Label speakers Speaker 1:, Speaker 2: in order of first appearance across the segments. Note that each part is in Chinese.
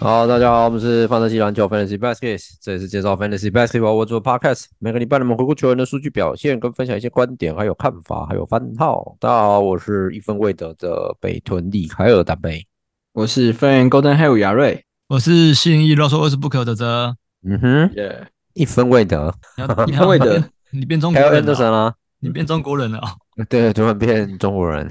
Speaker 1: 好，大家好，我们是范特西篮球 Fantasy Baskets，这里是介绍 Fantasy Basketball 我做的 Podcast。每个礼拜我们回顾球员的数据表现，跟分享一些观点，还有看法，还有番号。大家好，我是一分未得的北屯李凯尔大贝。
Speaker 2: 我是 Fan Golden Hill 亚瑞，
Speaker 3: 我是信义乱说二十不可的哲，
Speaker 1: 嗯哼，
Speaker 2: 耶，
Speaker 1: 一分未得
Speaker 3: 你 要你
Speaker 2: 因为
Speaker 3: 要
Speaker 2: 的
Speaker 3: 变你变中国
Speaker 1: ，Kyle
Speaker 3: 人
Speaker 1: Anderson
Speaker 3: 了，
Speaker 1: 啊，
Speaker 3: 你变中国人了啊！
Speaker 1: 对，突然变中国人。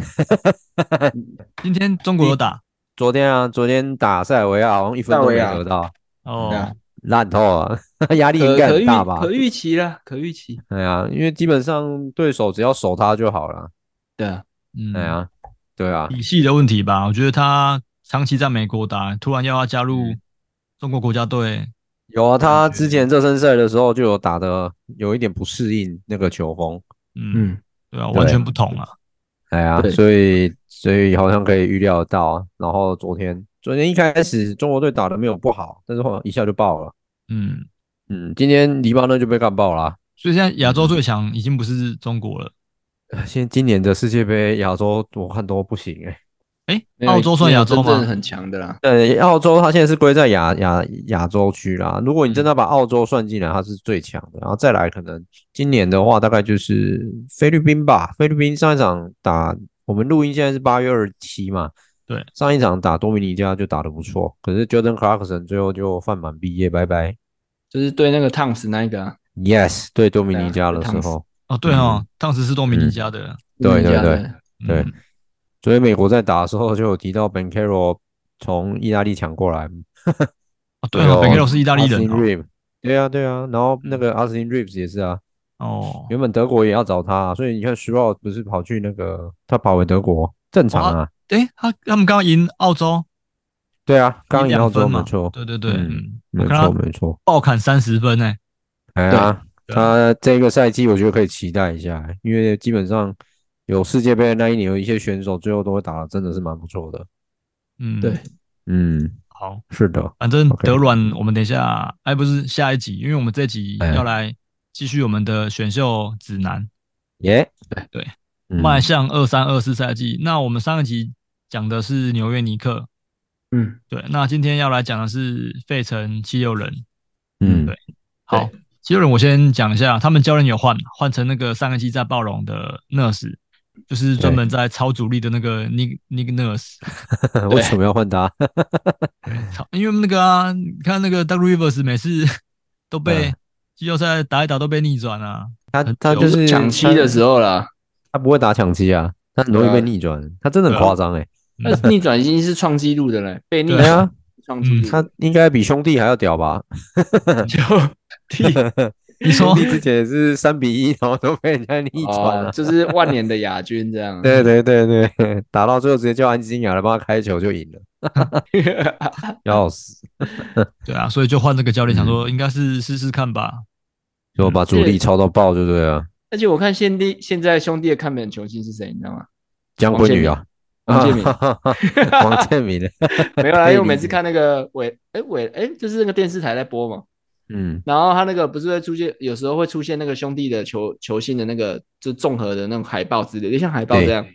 Speaker 3: 今天中国有打
Speaker 1: 昨天啊，昨天打塞尔维亚，好像一分都没
Speaker 2: 塞尔维亚
Speaker 1: 得到，
Speaker 2: 对啊
Speaker 3: 哦，
Speaker 1: 烂透了， 压力
Speaker 2: 可
Speaker 1: 应该
Speaker 2: 可
Speaker 1: 很
Speaker 2: 预
Speaker 1: 大吧
Speaker 2: 可？预期啦，可预期，
Speaker 1: 对啊，因为基本上对手只要守他就好了。
Speaker 2: 对啊，
Speaker 3: 嗯
Speaker 1: 对啊，对啊，
Speaker 3: 体系的问题吧，我觉得他长期在美国打，突然要他加入中国国家队，
Speaker 1: 有啊，他之前热身赛的时候就有打的有一点不适应那个球风，
Speaker 3: 嗯，
Speaker 2: 嗯，
Speaker 3: 对啊，完全不同啊，
Speaker 1: 哎呀，
Speaker 2: 对
Speaker 1: 所以所以好像可以预料得到啊。然后昨天昨天一开始中国队打的没有不好，但是后来一下就爆了。
Speaker 3: 嗯，
Speaker 1: 嗯，今天黎巴嫩就被干爆了啊、
Speaker 3: 所以现在亚洲最强已经不是中国了，
Speaker 1: 现在今年的世界杯亚洲我看都不行哎、
Speaker 3: 诶，
Speaker 2: 没
Speaker 3: 嗯
Speaker 2: 有
Speaker 3: 澳洲算亚洲
Speaker 2: 真正
Speaker 3: 吗？
Speaker 2: 很强的啦，
Speaker 1: 对，澳洲它现在是归在亚亚亚洲区啦。如果
Speaker 3: 嗯
Speaker 1: 你真的把澳洲算进来，它是最强的。然后再来，可能今年的话，大概就是菲律宾吧。菲律宾上一场打我们录音现在是八月二十七嘛，
Speaker 3: 对，
Speaker 1: 上一场打多米尼加就打得不错，可是 Jordan Clarkson 最后就犯满毕业，拜拜。
Speaker 2: 就是对那个 t o m s 那一个啊，
Speaker 1: Yes，对多米尼加
Speaker 2: 对
Speaker 1: 的
Speaker 2: 啊
Speaker 1: 时候，
Speaker 3: 哦，对哦，当时是多米尼加的，
Speaker 1: 对对
Speaker 2: 印加的
Speaker 1: 对，对
Speaker 3: 嗯
Speaker 1: 所以美国在打的时候就有提到 Ben Caro 从意大利抢过来，
Speaker 3: 哦对哦嗯 b e n 是意大利人
Speaker 1: Austin Reeves 对啊，对啊，然后那个 Austin Reeves 也是啊，
Speaker 3: 哦，哦
Speaker 1: 原本德国也要找他、啊所以你看 s c h r o 不是跑去那个，他跑回德国，正常啊，
Speaker 3: 诶，他他们刚刚赢澳洲，
Speaker 1: 对啊，刚赢
Speaker 3: 两
Speaker 1: 澳洲
Speaker 3: 分
Speaker 1: 没
Speaker 3: 嘛
Speaker 1: 错，
Speaker 3: 对对对，
Speaker 1: 嗯
Speaker 3: 嗯，
Speaker 1: 没
Speaker 3: 我看
Speaker 1: 错
Speaker 3: 他啊
Speaker 1: 没错，
Speaker 3: 爆砍三十分呢，
Speaker 1: 哎呀，他这个赛季我觉得可以期待一下，因为基本上有世界杯的那一年，有一些选手最后都会打的真的是蛮不错的，
Speaker 3: 嗯，
Speaker 2: 对，
Speaker 1: 嗯，
Speaker 3: 好，
Speaker 1: 是的，
Speaker 3: 反正
Speaker 1: OK
Speaker 3: 德软我们等一下，哎，不是下一集，因为我们这集
Speaker 1: 哎
Speaker 3: 要来继续我们的选秀指南，
Speaker 1: 耶、
Speaker 3: 对
Speaker 1: 嗯，
Speaker 3: 迈向二三二四赛季。那我们上一集讲的是纽约尼克，
Speaker 2: 嗯，
Speaker 3: 对，那今天要来讲的是费城七六人。
Speaker 1: 嗯，
Speaker 3: 对好，七六人我先讲一下，他们教练有换，换成那个上一季在暴龙的 Nurse，就是专门在超主力的那个 Nick Nick Nurse。
Speaker 1: 为什么要换他？ 嗯
Speaker 3: 操因为那个啊，你看那个 Doug Rivers 每次 都被
Speaker 1: 嗯
Speaker 3: 季后赛打一打都被逆转啊，
Speaker 1: 他他就
Speaker 3: 有
Speaker 1: 是
Speaker 2: 抢七的时
Speaker 1: 候，
Speaker 2: 候啦，
Speaker 1: 他不会打抢七啊，他很容易
Speaker 2: 对啊
Speaker 1: 被逆转，他真的很
Speaker 3: 对啊
Speaker 1: 夸张哎，
Speaker 2: 那逆转已经是创纪录的 嘞，被逆
Speaker 3: 对
Speaker 1: 对
Speaker 2: 转
Speaker 1: 啊，
Speaker 2: 创纪录，
Speaker 1: 他应该比兄弟还要屌吧？
Speaker 2: 就替
Speaker 3: 你说
Speaker 1: 兄弟之前也是三比一，然后都被人家逆转
Speaker 2: 哦
Speaker 1: 了。
Speaker 2: 就是万年的亚军这 样，
Speaker 1: 对对对对，打到最后直接叫安金雅来帮他开球就赢了，要死！
Speaker 3: 对啊，所以就换这个教练，
Speaker 1: 嗯
Speaker 3: 想说应该是试试看吧。
Speaker 1: 就把主力超到爆就对了。
Speaker 2: 而且我看现地现在兄弟的看门球星是谁，你知道吗？
Speaker 1: 姜昆宇啊，
Speaker 2: 王建民
Speaker 1: 啊， 王建 民，
Speaker 2: 没有啦，
Speaker 1: 可以
Speaker 2: 因为我
Speaker 1: 理
Speaker 2: 每次
Speaker 1: 解
Speaker 2: 看那个伟，哎伟，哎就是那个电视台在播嘛，
Speaker 1: 嗯，
Speaker 2: 然后他那个不是会出现，有时候会出现那个兄弟的球球星的那个就综合的那种海报之类的，就像海报这样。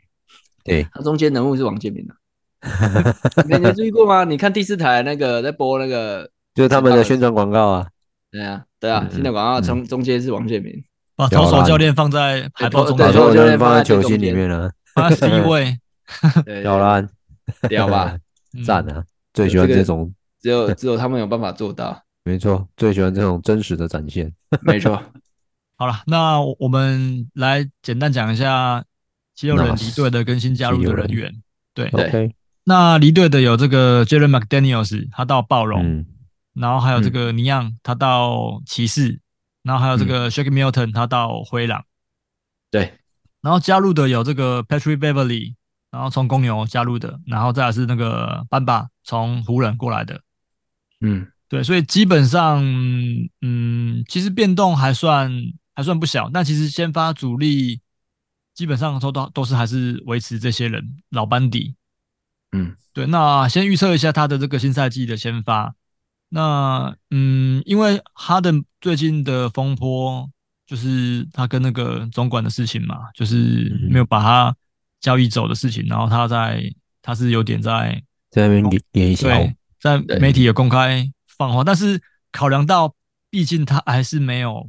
Speaker 1: 对，
Speaker 2: 它中间人物是王建民 啊，你没注意过吗？你看第四台那个在播那个，
Speaker 1: 就是他们的宣传广告啊，
Speaker 2: 对啊，对啊
Speaker 1: 嗯，
Speaker 2: 新的广告中中间是王建民，
Speaker 3: 把
Speaker 1: 屌
Speaker 3: 投
Speaker 1: 啦
Speaker 3: 手教练放在海报中
Speaker 1: 把
Speaker 2: 对
Speaker 1: 所
Speaker 3: 间，
Speaker 1: 有人放在球星里面啊，
Speaker 3: 放在 C 位。
Speaker 2: 对，
Speaker 1: 屌啦，
Speaker 2: 屌吧？
Speaker 3: 嗯
Speaker 1: 赞啊！最喜欢这种，
Speaker 2: 只有只有他们有办法做到，
Speaker 1: 没错，最喜欢这种真实的展现。
Speaker 2: 没错，
Speaker 3: 好了，那我我们来简单讲一下七六人
Speaker 1: Nice
Speaker 3: 离队的跟新加入
Speaker 1: 七
Speaker 3: 的
Speaker 1: 六
Speaker 3: 人
Speaker 1: 人
Speaker 3: 员。对，
Speaker 2: 对
Speaker 1: ，OK，
Speaker 3: 那离队的有这个 Jalen McDaniels，他到暴龙，
Speaker 1: 嗯，嗯
Speaker 3: 然后还有这个尼昂，他到骑士，然后还有这个 Shake Milton，他到灰狼，
Speaker 2: 对，
Speaker 3: 然后加入的有这个 Patrick Beverly，然后从公牛加入的，然后再来是那个班巴从湖人过来的，
Speaker 2: 嗯，
Speaker 3: 对，所以基本上，嗯，其实变动还算还算不小，但其实先发主力基本上都都都是还是维持这些人老班底。
Speaker 2: 嗯，
Speaker 3: 对，那先预测一下他的这个新赛季的先发。那嗯，因为哈登最近的风波就是他跟那个总管的事情嘛，就是
Speaker 1: 嗯
Speaker 3: 没有把他交易走的事情，然后他在他是有点在
Speaker 1: 在那边演演一下，
Speaker 3: 对，在媒体有公开放话，但是考量到毕竟他还是没有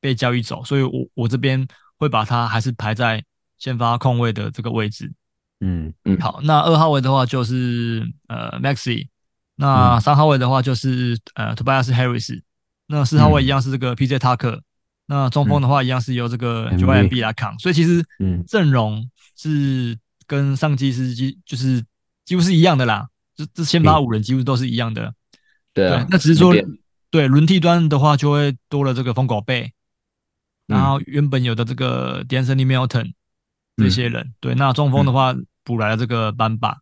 Speaker 3: 被交易走，所以我我这边会把他还是排在先发控卫的这个位置。
Speaker 1: 嗯
Speaker 3: 好，那二号位的话就是呃 Maxi，那
Speaker 1: 嗯
Speaker 3: 三号位的话就是呃 Tobias Harris，那四
Speaker 1: 嗯
Speaker 3: 号位一样是这个 PJ Tucker，、那中锋的话一样是由这个
Speaker 1: MB
Speaker 3: j o e m b 来扛，所以其实
Speaker 1: 嗯
Speaker 3: 阵容是跟上季是几就是几乎是一样的啦，就这先发
Speaker 1: 嗯
Speaker 3: 五人几乎都是一样的，
Speaker 2: 对啊，
Speaker 3: 那只是说
Speaker 2: 没变
Speaker 3: 对轮替端的话就会多了这个疯狗贝，然
Speaker 2: 嗯
Speaker 3: 后原本有的这个 d a n c e n y Milton 这些人，对，那中锋的话补来了这个班霸。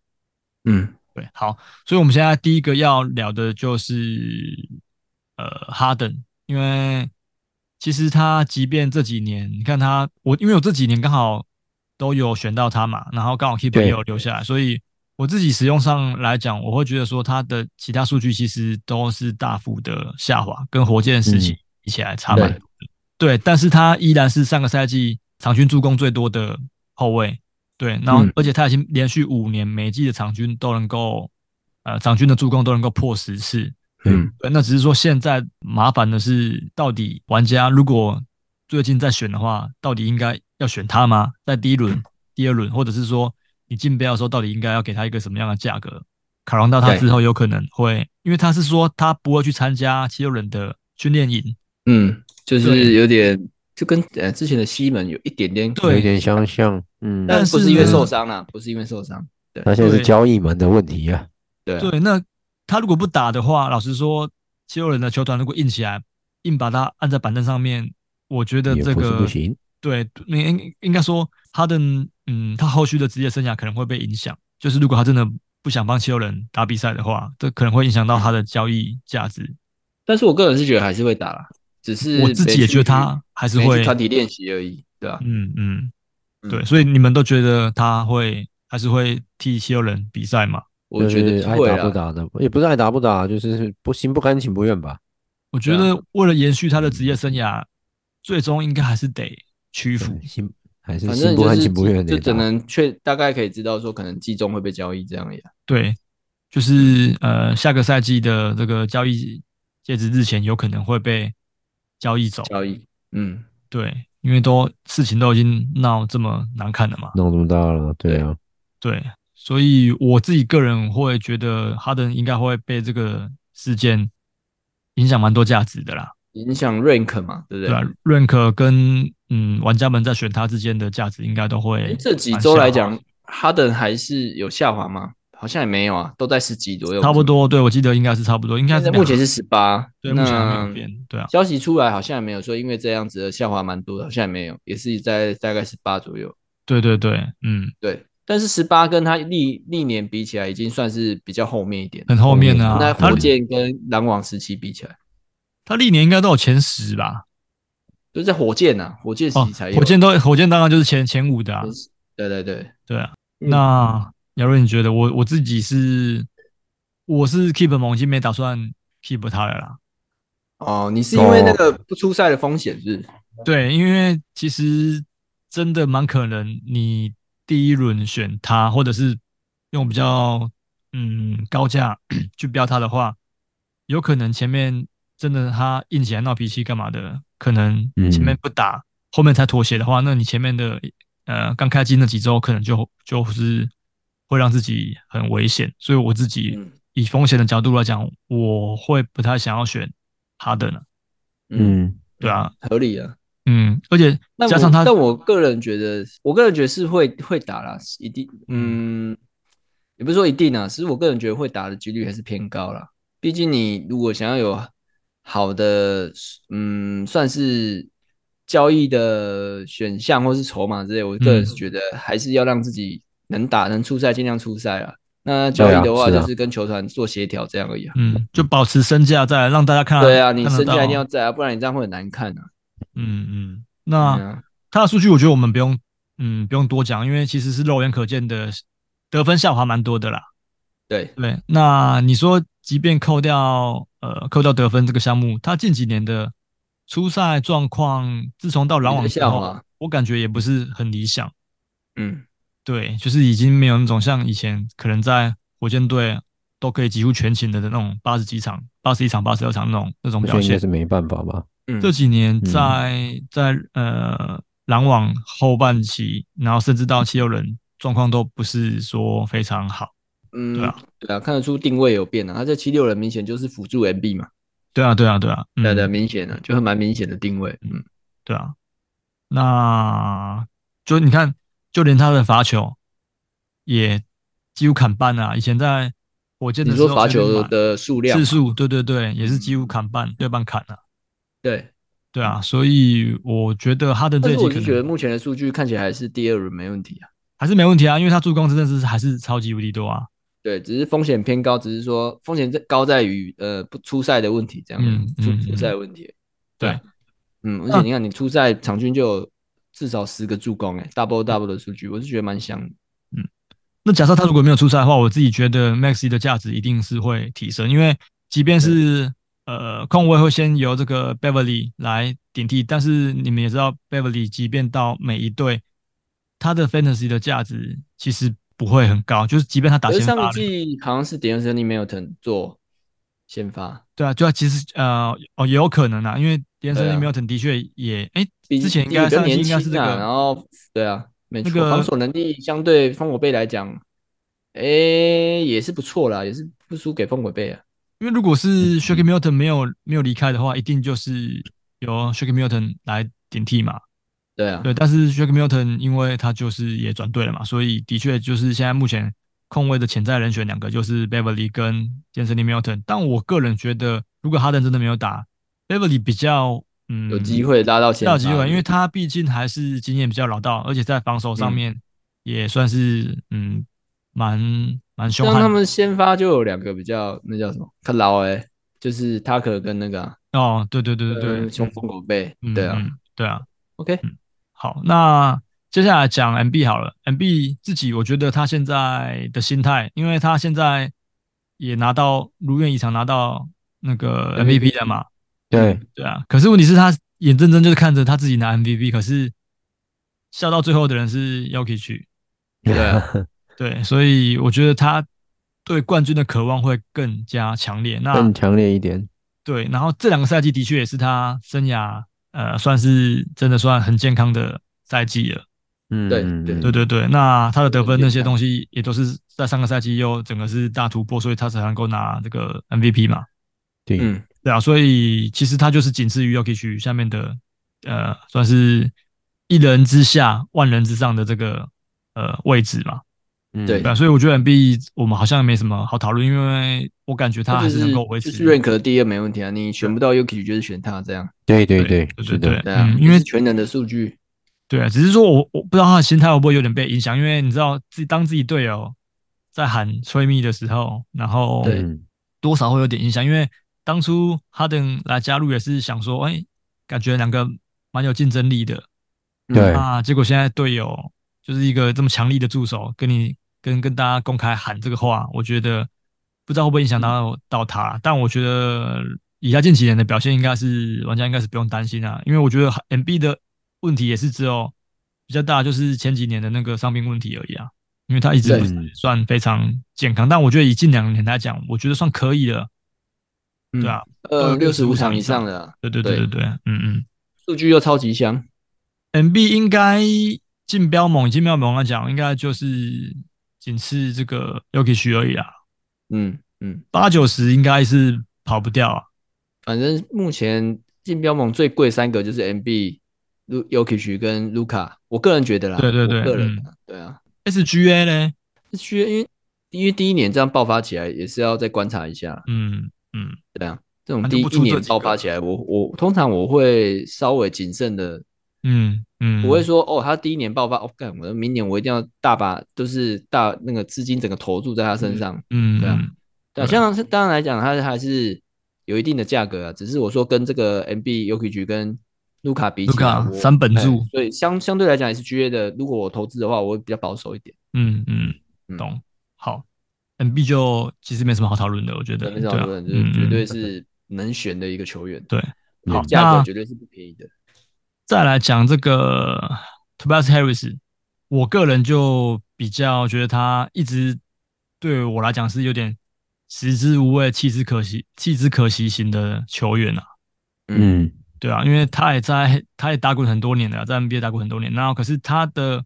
Speaker 2: 嗯，
Speaker 3: 对，好，所以我们现在第一个要聊的就是呃哈登，因为其实他即便这几年，你看他，我因为我这几年刚好都有选到他嘛，然后刚好 Keeper
Speaker 1: 对
Speaker 3: 也有留下来，所以我自己使用上来讲，我会觉得说他的其他数据其实都是大幅的下滑，跟火箭时期
Speaker 1: 嗯
Speaker 3: 比起来差蛮多的。对，但是他依然是上个赛季场均助攻最多的后卫。对，然后
Speaker 2: 嗯
Speaker 3: 而且他已经连续五年每季的场均都能够，呃，场均的助攻都能够破十次。
Speaker 2: 嗯
Speaker 3: 对，那只是说现在麻烦的是，到底玩家如果最近在选的话，到底应该要选他吗？在第一轮、第二轮，或者是说你竞标的时候，到底应该要给他一个什么样的价格？考量到他
Speaker 2: 对
Speaker 3: 之后有可能会，因为他是说他不会去参加七六人的训练营，
Speaker 2: 嗯，就
Speaker 3: 对
Speaker 2: 是有点就跟呃之前的西门有一点点
Speaker 3: 对
Speaker 1: 有点相像，嗯，
Speaker 3: 但
Speaker 2: 但不
Speaker 3: 是
Speaker 2: 是因为
Speaker 3: 呢
Speaker 2: 受伤啦，不是因为受伤，
Speaker 1: 那现在
Speaker 3: 对
Speaker 1: 是交易门的问题啊，
Speaker 2: 对啊
Speaker 3: 对，那他如果不打的话，老实说，七六人的球团如果硬起来，硬把他按在板凳上面，我觉得
Speaker 1: 也
Speaker 3: 这
Speaker 1: 不是
Speaker 3: 个
Speaker 1: 不行，
Speaker 3: 对，你应应该说哈登，嗯，他后续的职业生涯可能会被影响。就是如果他真的不想帮七六人打比赛的话，这可能会影响到他的交易价值。
Speaker 2: 但是我个人是觉得还是会打啦，只嗯是
Speaker 3: 我自己也觉得他还是
Speaker 2: 没去
Speaker 3: 会，
Speaker 2: 团体练习而已，对啊吧、
Speaker 3: 嗯嗯，
Speaker 2: 嗯
Speaker 3: 对，所以你们都觉得他会还是会替七六人比赛嘛？
Speaker 2: 我觉
Speaker 1: 就是
Speaker 2: 得
Speaker 1: 爱
Speaker 2: 会
Speaker 1: 打不
Speaker 2: 啦，
Speaker 1: 打的，也不是爱打不打，就是不心不甘情不愿吧，
Speaker 3: 我觉
Speaker 2: 对啊
Speaker 3: 得为了延续他的职业生涯，最终应该还是得屈服。
Speaker 1: 对心还是
Speaker 2: 反
Speaker 1: 心
Speaker 2: 正
Speaker 1: 不
Speaker 2: 就
Speaker 1: 甘
Speaker 2: 是
Speaker 1: 情不愿
Speaker 2: 就
Speaker 1: 的
Speaker 2: 只能确大概可以知道说，可能季中会被交易这样呀。
Speaker 3: 对，就是呃，下个赛季的这个交易截止日前有可能会被交易走。
Speaker 2: 交易，嗯，
Speaker 3: 对，因为都事情都已经闹这么难看了嘛。
Speaker 1: 弄这么大了，对啊，
Speaker 3: 对，所以我自己个人会觉得哈登应该会被这个事件影响蛮多价值的啦。
Speaker 2: 影响 rank 嘛，对不
Speaker 3: 对啊
Speaker 2: 对
Speaker 3: 吧？？认可跟嗯玩家们在选他之间的价值应该都会
Speaker 2: 诶这几
Speaker 3: 蛮啊
Speaker 2: 周
Speaker 3: 下
Speaker 2: 来
Speaker 3: 滑
Speaker 2: 讲，哈登还是有下滑吗？好像也没有啊，都在十几左右，
Speaker 3: 差不。多。对，我记得应该是差不多，应该
Speaker 2: 现
Speaker 3: 是
Speaker 2: 在目前
Speaker 3: 两
Speaker 2: 是十八，
Speaker 3: 对，目前还没
Speaker 2: 那
Speaker 3: 有变。对啊，
Speaker 2: 消息出来好像也没有说因为这样子的下滑蛮多的，好像也没有，也是在大概十八左右。
Speaker 3: 对对对，嗯，
Speaker 2: 对，但是十八跟他历历年比起来，已经算是比较后面一点。
Speaker 3: 很后面啊，
Speaker 2: 哦那
Speaker 3: 他
Speaker 2: 火箭跟篮网时期比起来，
Speaker 3: 他历年应该都有前十吧？
Speaker 2: 就是在火箭啊，火箭时
Speaker 3: 哦
Speaker 2: 期才，有。
Speaker 3: 火箭都火箭当然就是前前五的啊
Speaker 2: 前，十，对对对，
Speaker 3: 对啊。
Speaker 2: 嗯
Speaker 3: 那姚瑞，你觉得我我自己是我是 keep 猛，已经没打算 keep 他了啦。
Speaker 2: 哦，你是因为那个不出赛的风险是不是？
Speaker 3: 对，因为其实真的蛮可能你第一轮选他，或者是用比较嗯高价 去标他的话，有可能前面真的他硬起来闹脾气干嘛的，可能前面
Speaker 1: 嗯
Speaker 3: 不打，后面才妥协的话，那你前面的呃刚开机那几周可能就就是会让自己很危险，所以我自己
Speaker 2: 嗯
Speaker 3: 以风险的角度来讲，我会不太想要选哈登了，
Speaker 1: 嗯，
Speaker 2: 음.
Speaker 3: 对啊，
Speaker 2: 合理啊。
Speaker 3: 嗯，而且
Speaker 2: 但
Speaker 3: 加
Speaker 2: 我
Speaker 3: 上他
Speaker 2: 但我个人觉得，我个人觉得是会会打啦，是一定，嗯，也不是说一定啊，是我个人觉得会打的几率还是偏高啦。毕竟你如果想要有好的，嗯，算是交易的选项或是筹码之类，我
Speaker 3: 嗯
Speaker 2: 个人是觉得还是要让自己能打能出赛，尽量出赛啊。那交易
Speaker 1: 对
Speaker 2: 的
Speaker 1: 啊
Speaker 2: 话，
Speaker 1: 是啊
Speaker 2: 就是跟球团做协调这样而已啊。
Speaker 3: 嗯，就保持身价在，让大家看得。
Speaker 2: 对啊，你
Speaker 3: 嗯看得
Speaker 2: 身价一
Speaker 3: 到哦
Speaker 2: 定要在啊，不然你这样会很难看啊。
Speaker 3: 嗯嗯。
Speaker 2: 对
Speaker 3: 那
Speaker 2: 啊，
Speaker 3: 他的数据，我觉得我们不用嗯不用多讲，因为其实是肉眼可见的得分下滑蛮多的啦。
Speaker 2: 对，
Speaker 3: 对，那你说，即便扣掉呃扣掉得分这个项目，他近几年的出赛状况，自从到篮
Speaker 2: 有
Speaker 3: 网
Speaker 2: 点
Speaker 3: 之
Speaker 2: 像
Speaker 3: 后
Speaker 2: 啊，
Speaker 3: 我感觉也不是很理想。
Speaker 2: 嗯。
Speaker 3: 对，就是已经没有那种像以前可能在火箭队都可以几乎全勤的那种八十几场、八十一场、八十二场那种那种
Speaker 1: 我觉
Speaker 3: 表
Speaker 1: 得应该
Speaker 3: 现。
Speaker 1: 是没办法吧。
Speaker 2: 嗯
Speaker 3: 这几年在在呃篮网后半期，然后甚至到七六人，状况都不是说非常好。
Speaker 2: 嗯，
Speaker 3: 对啊，
Speaker 2: 看得出定位有变啊。他这七六人明显就是辅助 MB 嘛，
Speaker 3: 对啊，对啊，对啊，嗯
Speaker 2: 对啊对啊，明显的、就很蛮明显的定位。嗯，
Speaker 3: 对啊，那就你看，就连他的罚球也几乎砍半啊。以前在火箭的
Speaker 2: 你
Speaker 3: 时候，
Speaker 2: 说罚球
Speaker 3: 啊
Speaker 2: 的数量啊
Speaker 3: 次
Speaker 2: 嘛，嗯
Speaker 3: 数，对对对，也是几乎砍半，对半砍了、
Speaker 2: 对，
Speaker 3: 对啊，所以我觉得哈登这
Speaker 2: 但
Speaker 3: 一
Speaker 2: 是
Speaker 3: 季
Speaker 2: 我
Speaker 3: 可
Speaker 2: 就觉得
Speaker 3: 能
Speaker 2: 目前的数据看起来还是第二轮没问题啊。
Speaker 3: 还是没问题啊，因为他助攻真的是还是超级无敌多啊。
Speaker 2: 对，只是风险偏高，只是说风险在高在于呃不出赛的问题，这样、
Speaker 3: 嗯
Speaker 2: 出
Speaker 3: 嗯
Speaker 2: 出赛的问题。
Speaker 3: 对，
Speaker 2: 嗯，而
Speaker 3: 那
Speaker 2: 且你看你出赛场均就有至少十个助攻、欸，哎，double
Speaker 3: 嗯
Speaker 2: double 的数据，我是觉得蛮香的。
Speaker 3: 那假设他如果没有出赛的话，我自己觉得 Maxi 的价值一定是会提升，因为即便是呃控卫会先由这个 Beverly 来顶替，但是你们也知道 Beverly 即便到每一队，他的 Fantasy 的价值其实不会很高，就是即便他打
Speaker 2: 可是
Speaker 3: 先
Speaker 2: 上
Speaker 3: 发
Speaker 2: 一
Speaker 3: 了，
Speaker 2: 季好像是 d a n c e n Milton 做先发，
Speaker 3: 对啊，就啊其实呃哦也有可能啊，因为 d a n c e
Speaker 2: 对
Speaker 3: n
Speaker 2: 啊
Speaker 3: Milton 的确也哎、
Speaker 2: 毕
Speaker 3: 之
Speaker 2: 竟
Speaker 3: 前应该
Speaker 2: 第一个
Speaker 3: 上一季
Speaker 2: 年
Speaker 3: 应
Speaker 2: 轻
Speaker 3: 该是这
Speaker 2: 啊
Speaker 3: 个
Speaker 2: 然后对啊，没
Speaker 3: 那
Speaker 2: 错，
Speaker 3: 个
Speaker 2: 防守能力相对烽火贝来讲，诶也是不错啦，也是不输给烽火贝啊。
Speaker 3: 因为如果
Speaker 2: 嗯
Speaker 3: 是 Shaky Milton 没有没有离开的话，一定就是由 Shaky Milton 来顶替嘛。
Speaker 2: 对啊，
Speaker 3: 对，但是 s h a k Milton 因为他就是也转队了嘛，所以的确就是现在目前控卫的潜在人选两个就是 Beverly 跟 d a n c e n Milton。但我个人觉得，如果哈登真的没有打，Beverly 比较嗯
Speaker 2: 有机会拉到先
Speaker 3: 大有
Speaker 2: 发，
Speaker 3: 机会，因为他毕竟还是经验比较老道，而且在防守上
Speaker 2: 嗯
Speaker 3: 面也算是嗯蛮蛮凶
Speaker 2: 像
Speaker 3: 悍
Speaker 2: 他
Speaker 3: 的
Speaker 2: 们先发就有两个比较那叫什么，克劳诶，就是塔克跟那个啊
Speaker 3: 哦，对对对对对，
Speaker 2: 呃雄风狗贝，
Speaker 3: 嗯
Speaker 2: 对啊
Speaker 3: 嗯对啊，
Speaker 2: ，OK，
Speaker 3: 好，那接下来讲 MB 好了。MB 自己，我觉得他现在的心态，因为他现在也拿到如愿以偿拿到那个
Speaker 2: MVP
Speaker 3: MVP 了嘛，
Speaker 1: 对，
Speaker 3: 对啊。可是问题是，他眼睁睁就是看着他自己拿 MVP，可是笑到最后的人是 Yuki 去，
Speaker 2: 对啊，
Speaker 3: 对，所以我觉得他对冠军的渴望会更加强烈。那
Speaker 1: 更强烈一点。
Speaker 3: 对，然后这两个赛季的确也是他生涯呃算是真的算很健康的赛季了。
Speaker 1: 嗯，
Speaker 2: 对
Speaker 1: 嗯
Speaker 2: 对
Speaker 3: 对，对对，那他的得分那些
Speaker 2: 健康
Speaker 3: 东西也都是在上个赛季又整个是大突破，所以他才能够拿这个 MVP 嘛。
Speaker 1: 对
Speaker 2: 嗯，
Speaker 3: 对啊，所以其实他就是仅次于 Yoki 区下面的呃，算是一人之下万人之上的这个呃位置嘛。
Speaker 1: 嗯
Speaker 2: 对
Speaker 3: 对啊，所以我觉得 MB 我们好像没什么好讨论，因为我感觉他还
Speaker 2: 就是
Speaker 3: 能够维
Speaker 2: 就
Speaker 3: 持。
Speaker 2: 是认可第二没问题啊，你选不到 Yuki 就是选他这样，
Speaker 1: 对对
Speaker 3: 对
Speaker 1: 对
Speaker 3: 对
Speaker 1: 是
Speaker 3: 对
Speaker 1: 的，
Speaker 2: 对啊
Speaker 3: 嗯，因为
Speaker 2: 就是全能的数据，
Speaker 3: 对啊，只是说我我不知道他的心态会不会有点被影响，因为你知道自己当自己队友在喊催密的时候，然后
Speaker 2: 对
Speaker 1: 嗯
Speaker 3: 多少会有点影响，因为当初哈登来加入也是想说，哎、感觉两个蛮有竞争力的，
Speaker 2: 嗯
Speaker 1: 对
Speaker 3: 啊，结果现在队友就是一个这么强力的助手，跟你跟跟大家公开喊这个话，我觉得不知道会不会影响到到他，但我觉得以他近几年的表现，应该是玩家应该是不用担心啊，因为我觉得 M B 的问题也是只有比较大，就是前几年的那个伤病问题而已啊，因为他一直
Speaker 2: 对
Speaker 3: 不是算非常健康，但我觉得以近两年来讲，我觉得算可以了，
Speaker 2: 嗯
Speaker 3: 对啊，
Speaker 2: 呃，六十
Speaker 3: 65
Speaker 2: 五
Speaker 3: 场
Speaker 2: 场
Speaker 3: 以
Speaker 2: 以
Speaker 3: 上
Speaker 2: 上的啊，
Speaker 3: 对对对对
Speaker 2: 对
Speaker 3: 对，嗯嗯。
Speaker 2: 数据又超级香。
Speaker 3: M B 应该进标猛，进标猛来讲，应该就是仅次这个 Yuki 区而已啦，
Speaker 2: 嗯嗯，
Speaker 3: 八九十应该是跑不掉啊。
Speaker 2: 反正目前竞标盟最贵三个就是 MB、卢 y o k i c 跟卢卡，我个人觉得啦，
Speaker 3: 对对对嗯
Speaker 2: 我个人啊、对啊，
Speaker 3: SGA 呢？
Speaker 2: 需要因为因为第一年这样爆发起来，也是要再观察一下，
Speaker 3: 嗯嗯，
Speaker 2: 对啊，这种
Speaker 3: 那就
Speaker 2: 第一
Speaker 3: 不出
Speaker 2: 一年
Speaker 3: 这几个
Speaker 2: 爆发起来，我我通常我会稍微谨慎的，
Speaker 3: 嗯嗯，
Speaker 2: 不会说哦，他第一年爆发，哦干，我明年我一定要大把，就是大那个资金整个投注在他身上，
Speaker 3: 嗯，
Speaker 2: 对啊
Speaker 3: 嗯
Speaker 2: 对啊，
Speaker 3: 对
Speaker 2: 像是当然来讲，它还是有一定的价格啊，只是我说跟这个 MB u k i 局跟卢卡比起来，
Speaker 3: Luka，
Speaker 2: 我
Speaker 3: 三本柱
Speaker 2: 哎所以相相对来讲也是 GA 的。如果我投资的话，我会比较保守一点。
Speaker 3: 嗯嗯，
Speaker 2: 嗯
Speaker 3: 懂。好，NB 就其实没什么好讨论的，我觉得，
Speaker 2: 对，
Speaker 3: 对
Speaker 2: 这
Speaker 3: 啊
Speaker 2: 种人，就
Speaker 3: 嗯
Speaker 2: 是绝对
Speaker 3: 嗯
Speaker 2: 是能选的一个球员，
Speaker 3: 对。好，
Speaker 2: 价
Speaker 3: 那
Speaker 2: 格绝对是不便宜的。
Speaker 3: 再来讲这个 Tobias Harris，我个人就比较觉得他一直对我来讲是有点食之无味、弃之可惜、弃之可惜型的球员啊。
Speaker 1: 嗯
Speaker 3: 对啊，因为他也在，他也打滚很多年了，啊在 NBA 打滚很多年。然后可是他的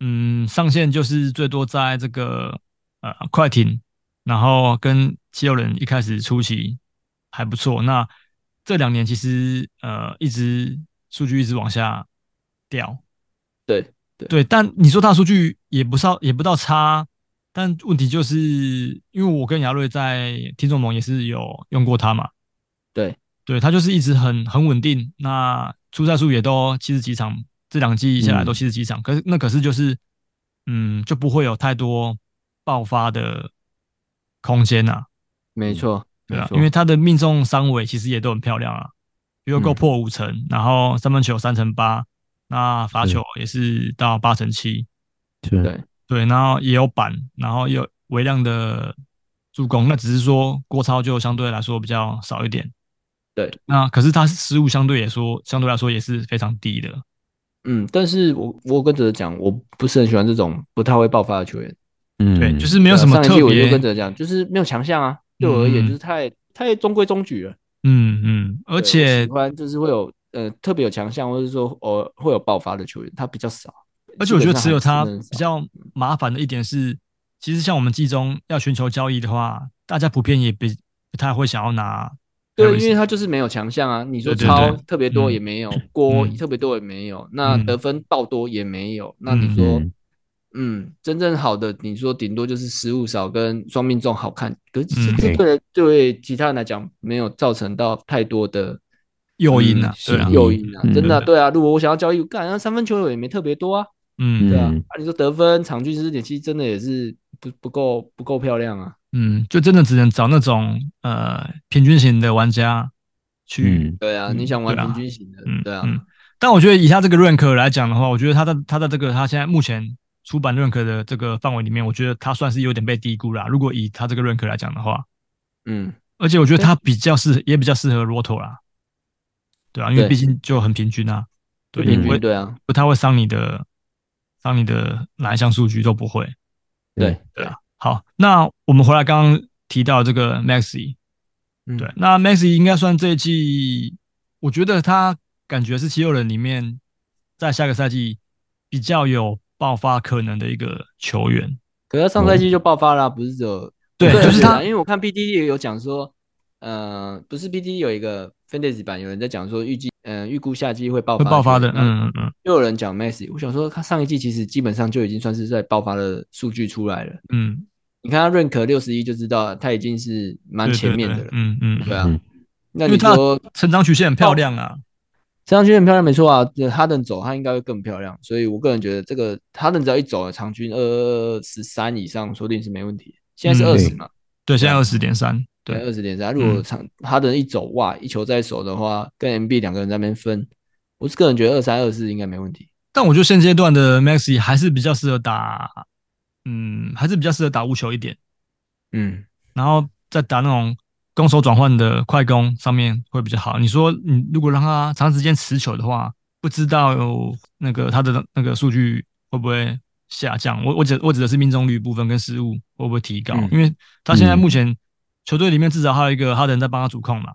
Speaker 3: 嗯上限就是最多在这个呃快艇，然后跟七六人一开始初期还不错。那这两年其实呃一直数据一直往下掉，
Speaker 2: 对，
Speaker 3: 对，但你说大数据也不少，也不到差，但问题就是因为我跟亚瑞在听众盟也是有用过他嘛，
Speaker 2: 对，
Speaker 3: 对他就是一直很很稳定，那出赛数也都七十几场，这两季下来都
Speaker 1: 嗯
Speaker 3: 七十几场，可是那可是就是嗯就不会有太多爆发的空间呐、
Speaker 2: 没错，
Speaker 3: 对
Speaker 2: 没
Speaker 3: 啊，
Speaker 2: 错
Speaker 3: 因为他的命中三围其实也都很漂亮啊，比
Speaker 2: 嗯
Speaker 3: 如够破五成，然后三分球三成八，那罚
Speaker 1: 是
Speaker 3: 球也是到八成七。
Speaker 1: 对
Speaker 2: 对
Speaker 3: 对，然后也有板，然后也有微量的助攻，那只是说郭超就相对来说比较少一点。
Speaker 2: 对，
Speaker 3: 那可是他失误相对也说相对来说也是非常低的。
Speaker 2: 嗯，但是我我跟哲哲讲，我不是很喜欢这种不太会爆发的球员。
Speaker 1: 嗯
Speaker 3: 对，就是没有
Speaker 2: 对啊
Speaker 3: 什么
Speaker 2: 上一季
Speaker 3: 特
Speaker 2: 我就
Speaker 3: 别
Speaker 2: 跟，哲哲讲，就是没有强项啊。对我而
Speaker 3: 嗯
Speaker 2: 言，就是太太中规中矩了。
Speaker 3: 嗯嗯，而
Speaker 2: 对我
Speaker 3: 且
Speaker 2: 喜欢就是会有呃特别有强项，或者说偶尔会有爆发的球员，他比较少。
Speaker 3: 而且我觉得持有他
Speaker 2: 基本上还是
Speaker 3: 比较麻烦的一点是，其实像我们季中要寻求交易的话，大家普遍也比不太会想要拿 Harris。
Speaker 2: 对，因为他就是没有强项啊。你说
Speaker 3: 对对
Speaker 2: 超
Speaker 3: 对
Speaker 2: 特别多
Speaker 3: 嗯
Speaker 2: 也没有，锅
Speaker 3: 嗯
Speaker 2: 特别多也没有，那
Speaker 3: 嗯
Speaker 2: 得分爆多也没有。那你说，
Speaker 1: 嗯
Speaker 2: 嗯，真正好的，你说顶多就是失误少跟双命中好看，可是这
Speaker 3: 嗯
Speaker 2: 这对对其他人来讲没有造成到太多的
Speaker 3: 诱因啊
Speaker 2: 嗯，
Speaker 3: 对啊
Speaker 1: 吸，引
Speaker 2: 诱因啊，
Speaker 1: 嗯
Speaker 2: 真的啊
Speaker 3: 对
Speaker 2: 对啊。如果我想要交易，干那三分球也没特别多啊。
Speaker 3: 嗯
Speaker 2: 对啊
Speaker 1: 嗯，
Speaker 2: 啊，你说得分场均十点七，真的也是不不够不够漂亮啊。
Speaker 3: 嗯，就真的只能找那种呃平均型的玩家去
Speaker 1: 嗯
Speaker 2: 对啊，
Speaker 3: 嗯
Speaker 2: 你想玩
Speaker 3: 对啊
Speaker 2: 平均型的，
Speaker 3: 嗯，
Speaker 2: 对啊，
Speaker 3: 嗯。但我觉得以他这个认可来讲的话，我觉得他的他的这个他现在目前出版认可的这个范围里面，我觉得他算是有点被低估啦。如果以他这个认可来讲的话，
Speaker 2: 嗯，
Speaker 3: 而且我觉得他比较适也比较适合 Roto 啦，对啊，因为
Speaker 2: 对
Speaker 3: 毕竟就很平均啊，对，也
Speaker 1: 平
Speaker 3: 不
Speaker 1: 均
Speaker 3: 会
Speaker 2: 对啊，
Speaker 3: 不太会伤你的伤你的哪一项数据都不会。
Speaker 2: 对
Speaker 3: 对啊，好，那我们回来刚刚提到这个 Maxi，
Speaker 2: 嗯
Speaker 3: 对，那 Maxi 应该算这一季，我觉得他感觉是七六人里面在下个赛季比较有爆发可能的一个球员。
Speaker 2: 可是他上赛季就爆发了啊、不是只有
Speaker 3: 对
Speaker 2: 个人
Speaker 3: 就是
Speaker 2: 觉得
Speaker 3: 他
Speaker 2: 啊因为我看 B D 也有讲说，呃，不是 B D 有一个 Fantasy 版，有人在讲说预计，嗯、预估夏季会爆发
Speaker 3: 会爆发的，
Speaker 2: 球员，
Speaker 3: 嗯嗯嗯
Speaker 2: 又有人讲 Messi，我想说他上一季其实基本上就已经算是在爆发的数据出来了，
Speaker 3: 嗯，
Speaker 2: 你看他认可六十一就知道他已经是蛮
Speaker 3: 对
Speaker 2: 前
Speaker 3: 对
Speaker 2: 面的
Speaker 3: 对
Speaker 2: 了，
Speaker 3: 嗯嗯，
Speaker 2: 对啊，
Speaker 1: 嗯
Speaker 2: 那
Speaker 3: 因为
Speaker 2: 你
Speaker 3: 他
Speaker 2: 说
Speaker 3: 成长曲线很漂亮啊，
Speaker 2: 这张均很漂亮，没错啊。对哈登走，他应该会更漂亮。所以我个人觉得，这个哈登只要一走，场均二二十三以上，说不定是没问题。现在是
Speaker 3: 嗯
Speaker 2: 二十嘛，
Speaker 3: 对，现在二十点三，
Speaker 2: 对，
Speaker 3: 对，
Speaker 2: 二十点三。如果场哈登一走，哇，一球在手的话，跟 MB 两个人在那边分，我是个人觉得二三二四应该没问题。
Speaker 3: 但我觉得现阶段的 Maxi 还是比较适合打，嗯，还是比较适合打无球一点。
Speaker 2: 嗯，
Speaker 3: 然后再打那种攻守转换的快攻上面会比较好。你说你如果让他长时间持球的话，不知道有那个他的那个数据会不会下降？我我指我指的是命中率部分跟失误会不会提高？
Speaker 2: 嗯
Speaker 3: 因为他现在
Speaker 1: 嗯
Speaker 3: 目前球队里面至少还有一个哈登在帮他主控嘛，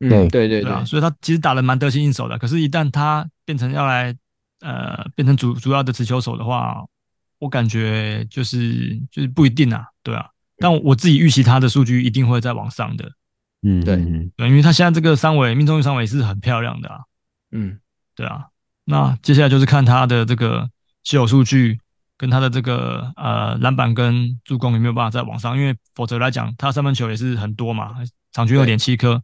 Speaker 2: 嗯
Speaker 1: 对
Speaker 2: 对对对
Speaker 3: 啊，所以他其实打得蛮得心应手的。可是，一旦他变成要来呃变成主主要的持球手的话，我感觉就是就是不一定啊，对啊。但我自己预期他的数据一定会在往上的，
Speaker 1: 嗯
Speaker 2: 对
Speaker 1: 嗯
Speaker 3: 네.对，因为他现在这个三围命中率三围是很漂亮的啊，
Speaker 2: 嗯，
Speaker 3: 对啊。那接下来就是看他的这个稀有数据跟他的这个呃篮板跟助攻有没有办法再往上，因为否则来讲，他三分球也是很多嘛，场均二点七颗，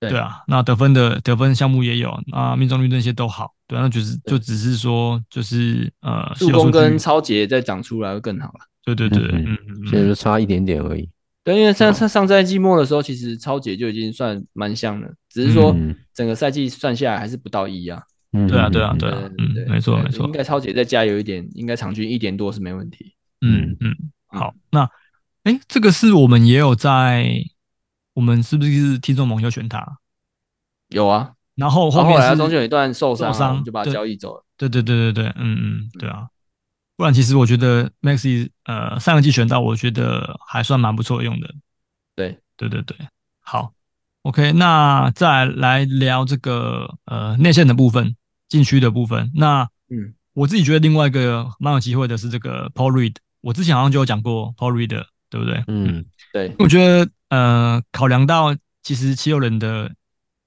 Speaker 2: 对
Speaker 3: 对啊，那得分的得分项目也有，那命中率那些都好，对啊、那就是就只是说就是呃，稀
Speaker 2: 助
Speaker 3: 有数据
Speaker 2: 攻跟超节再长出来会更好了。
Speaker 3: 对对对，
Speaker 1: 嗯
Speaker 3: 嗯嗯
Speaker 1: 现在
Speaker 3: 嗯，
Speaker 1: 就差一点点而已。
Speaker 2: 对，因为上上上赛季末的时候，其实超节就已经算蛮像了，只是说
Speaker 1: 嗯
Speaker 2: 整个赛季算下来还是不到一啊。
Speaker 1: 嗯
Speaker 3: 对啊对啊对啊
Speaker 2: 对，
Speaker 3: 嗯
Speaker 2: 对，，
Speaker 3: 没错
Speaker 2: 对
Speaker 3: 没错
Speaker 2: 应，该超节再加油一点，应该场均一点多是没问题。
Speaker 3: 嗯嗯，好，那哎、诶这个是我们也有在，我们是不是听众盟友选他？
Speaker 2: 有啊，
Speaker 3: 然后后
Speaker 2: 然后后
Speaker 3: 面
Speaker 2: 来他
Speaker 3: 是
Speaker 2: 中间有一段受伤啊，
Speaker 3: 受伤
Speaker 2: 我们就把他
Speaker 3: 对
Speaker 2: 交易走了。
Speaker 3: 对对对对对，嗯嗯，对啊。不然其实我觉得 Maxi 呃上个季选到，我觉得还算蛮不错用的。
Speaker 2: 对
Speaker 3: 对对对，好，OK，那再来聊这个呃内线的部分，禁区的部分。那
Speaker 2: 嗯，
Speaker 3: 我自己觉得另外一个蛮有机会的是这个 Paul Reed，我之前好像就有讲过 Paul Reed，的对不对？
Speaker 1: 嗯
Speaker 2: 对，
Speaker 3: 我觉得呃，考量到其实七六人的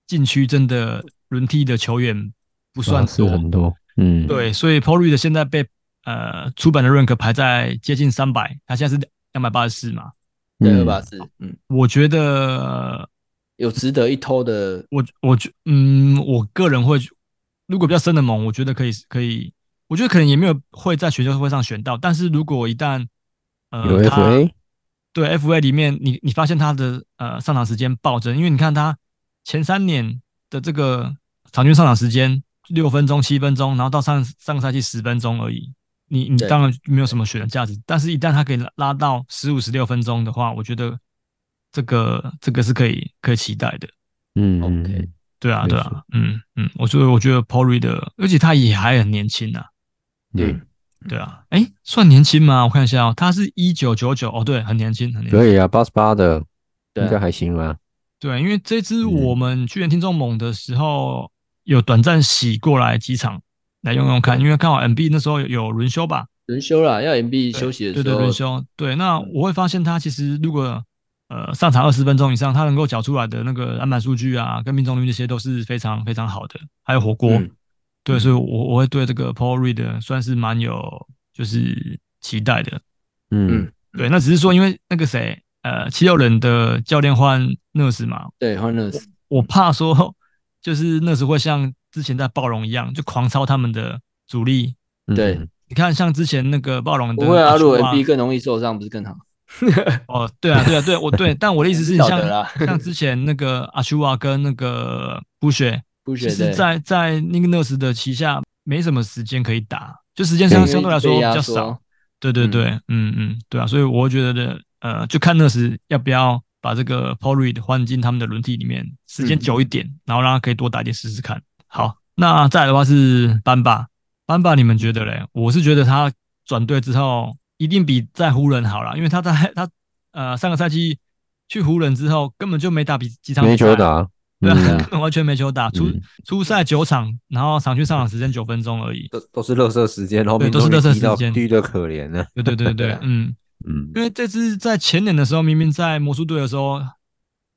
Speaker 3: 禁区真的轮替的球员不算
Speaker 1: 啊是
Speaker 3: 多，
Speaker 1: 很多，嗯，
Speaker 3: 对，所以 p o l r e 的现在被呃出版的认可排在接近三百，他现在是两百八十四嘛。
Speaker 2: 对二
Speaker 1: 嗯
Speaker 2: 八四，嗯，
Speaker 3: 我觉得呃
Speaker 2: 有值得一偷的，
Speaker 3: 我我觉嗯，我个人会如果比较深的盟，我觉得可以可以，我觉得可能也没有会在选秀会上选到，但是如果一旦呃
Speaker 1: 有
Speaker 3: 他
Speaker 1: FA，
Speaker 3: 对 FA 里面，你你发现他的呃上场时间暴增，因为你看他前三年的这个场均上场时间六分钟、七分钟，然后到上上个赛季十分钟而已。你你
Speaker 2: 对
Speaker 3: 当然没有什么选的价值，但是一旦他可以拉拉到十五、十六分钟的话，我觉得这个这个是可以可以期待的。
Speaker 1: 嗯
Speaker 2: OK
Speaker 1: 嗯
Speaker 3: 对啊，
Speaker 1: 没
Speaker 3: 对啊，嗯嗯，我所以我觉得 p o r y 的，而且他也还很年轻啊，
Speaker 1: 对，
Speaker 3: 对啊，哎，算年轻吗？我看一下哦，他是一九九九哦，对，很年轻，很年轻
Speaker 1: 可。以啊，八十八的
Speaker 2: 嗯对
Speaker 1: 应该
Speaker 2: 啊，
Speaker 1: 还行啦。
Speaker 3: 对，因为这支
Speaker 1: 嗯
Speaker 3: 我们去年听众猛的时候，有短暂洗过来几场来用用看，因为刚好 MB 那时候有有轮休吧，
Speaker 2: 轮休啦，要 MB 休息
Speaker 3: 对
Speaker 2: 的时
Speaker 3: 对轮
Speaker 2: 候，
Speaker 3: 休，对，那我会发现他其实如果呃上场二十分钟以上，他能够缴出来的那个篮板数据啊，跟命中率那些都是非常非常好的，还有火锅，
Speaker 2: 嗯
Speaker 3: 对，所以我我会对这个 Paul Reed 算是蛮有就是期待的，
Speaker 1: 嗯
Speaker 2: 嗯，
Speaker 3: 对，那只是说因为那个谁呃七六人的教练换 Nurse 嘛，
Speaker 2: 对，换热死，
Speaker 3: 我怕说就是那时会像之前在暴龙一样，就狂抄他们的主力。
Speaker 1: 嗯
Speaker 2: 对
Speaker 3: 你看，像之前那个暴龙的
Speaker 2: 不会啊，
Speaker 3: 阿
Speaker 2: 如
Speaker 3: 丘
Speaker 2: 果
Speaker 3: 啊
Speaker 2: MB 更容易受伤，不是更好？
Speaker 3: 哦，对啊，对啊，对我 对，但我的意思是，
Speaker 2: 晓
Speaker 3: 像
Speaker 2: 得啦
Speaker 3: 像之前那个阿丘啊跟那个布雪，
Speaker 2: 不
Speaker 3: 其
Speaker 2: 觉
Speaker 3: 实
Speaker 2: 得
Speaker 3: 在在那个 Nurse 的旗下没什么时间可以打，就时间上
Speaker 1: 对
Speaker 3: 相对来说
Speaker 2: 被
Speaker 3: 比
Speaker 2: 压
Speaker 3: 较
Speaker 2: 缩
Speaker 3: 少。对对对，嗯嗯，对啊，所以我会觉得呃，就看 Nurse 要不要把这个 p o l r e d 换进他们的轮替里面，时间
Speaker 2: 嗯
Speaker 3: 久一点，然后让他可以多打一点试试看。好，那再来的话是班霸，班霸你们觉得嘞？我是觉得他转队之后一定比在湖人好啦，因为他在他呃上个赛季去湖人之后根本就没打比几场比
Speaker 1: 没球
Speaker 3: 赛，
Speaker 1: 打，
Speaker 3: 对啊，
Speaker 1: 嗯
Speaker 3: 根本完全没球打，出
Speaker 1: 嗯
Speaker 3: 出赛九场，然后场均上场时间九分钟而已。
Speaker 1: 都都是乐色时间，然后
Speaker 3: 对
Speaker 1: 命
Speaker 3: 都是
Speaker 1: 中率
Speaker 3: 垃圾
Speaker 1: 低到
Speaker 3: 时间
Speaker 1: 低的可怜呢。
Speaker 3: 对对对对
Speaker 2: 对
Speaker 3: 对
Speaker 2: 啊，
Speaker 3: 嗯。
Speaker 1: 嗯
Speaker 3: 因为这次在前年的时候，明明在魔术队的时候，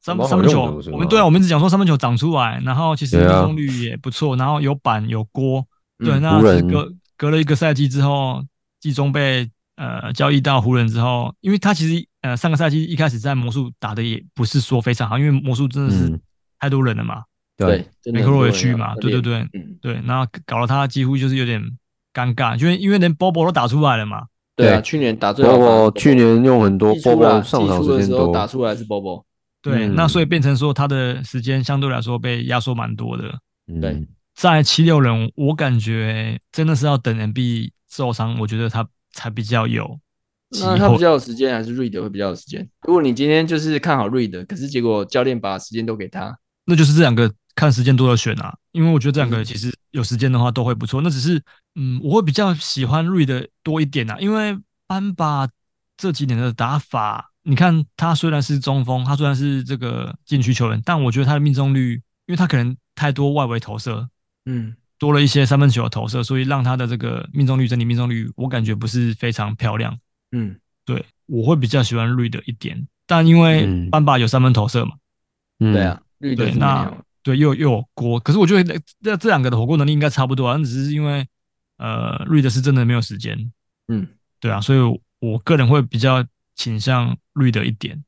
Speaker 3: 三
Speaker 1: 蛮好
Speaker 3: 三分
Speaker 1: 用的
Speaker 3: 球
Speaker 1: 我觉，得
Speaker 3: 我们对啊，我们只讲说三分球长出来，然后其实
Speaker 1: 对
Speaker 3: 命
Speaker 1: 啊
Speaker 3: 中率也不错，然后有板有锅，
Speaker 2: 嗯
Speaker 3: 对，那
Speaker 1: 湖
Speaker 3: 是
Speaker 1: 人
Speaker 3: 隔隔了一个赛季之后，季中被呃交易到湖人之后，因为他其实呃上个赛季一开始在魔术打的也不是说非常好，因为魔术真的是
Speaker 1: 嗯，
Speaker 3: 太多人了嘛，
Speaker 2: 对，，真
Speaker 3: 梅
Speaker 2: 的很
Speaker 3: 克罗
Speaker 2: 多
Speaker 3: 也
Speaker 2: 人啊
Speaker 3: 去
Speaker 2: 要
Speaker 3: 嘛，
Speaker 2: 那
Speaker 3: 对对
Speaker 2: 边，
Speaker 3: 对
Speaker 2: 嗯，
Speaker 3: 对，那搞得他几乎就是有点尴尬，因为因为连 Bobo 都打出来了嘛，
Speaker 2: 对啊，
Speaker 1: 对
Speaker 2: 去年打最好
Speaker 1: 包
Speaker 2: 的
Speaker 1: 括
Speaker 2: 是
Speaker 1: 去
Speaker 2: Bobo
Speaker 1: 年用很多，
Speaker 2: 季
Speaker 1: 包
Speaker 2: 初啦，
Speaker 1: 括
Speaker 2: 季
Speaker 1: 上场
Speaker 2: 初
Speaker 1: 时
Speaker 2: 的
Speaker 1: 间
Speaker 2: 时候
Speaker 1: 多
Speaker 2: 打，出来 是 Bobo，
Speaker 3: 对，
Speaker 1: 嗯
Speaker 3: 那所以变成说他的时间相对来说被压缩蛮多的。
Speaker 1: 嗯
Speaker 2: 对，
Speaker 3: 在七六人，我感觉真的是要等 MB 受伤，我觉得他才比较有机
Speaker 2: 那他比
Speaker 3: 会。
Speaker 2: 较有时间，还是 Reed 会比较有时间？如果你今天就是看好 Reed，可是结果教练把时间都给他，
Speaker 3: 那就是这两个看时间多的选啊，因为我觉得这两个
Speaker 2: 嗯
Speaker 3: 其实有时间的话都会不错。那只是嗯，我会比较喜欢瑞的多一点啊，因为班巴这几年的打法，你看他虽然是中锋，他虽然是这个禁区球员，但我觉得他的命中率，因为他可能太多外围投射，
Speaker 2: 嗯，
Speaker 3: 多了一些三分球的投射，所以让他的这个命中率整体命中率，我感觉不是非常漂亮。
Speaker 2: 嗯，
Speaker 3: 对我会比较喜欢 Reed 一点，但因为
Speaker 1: 嗯
Speaker 3: 班霸有三分投射嘛，
Speaker 1: 嗯
Speaker 2: 对，啊，Reed
Speaker 3: 对
Speaker 2: 是没
Speaker 3: 那
Speaker 2: 有，
Speaker 3: 对，又又有锅。可是我觉得这这两个的火锅能力应该差不多啊，那只是因为呃，瑞德是真的没有时间，
Speaker 2: 嗯
Speaker 3: 对啊，所以我个人会比较倾向瑞德一点。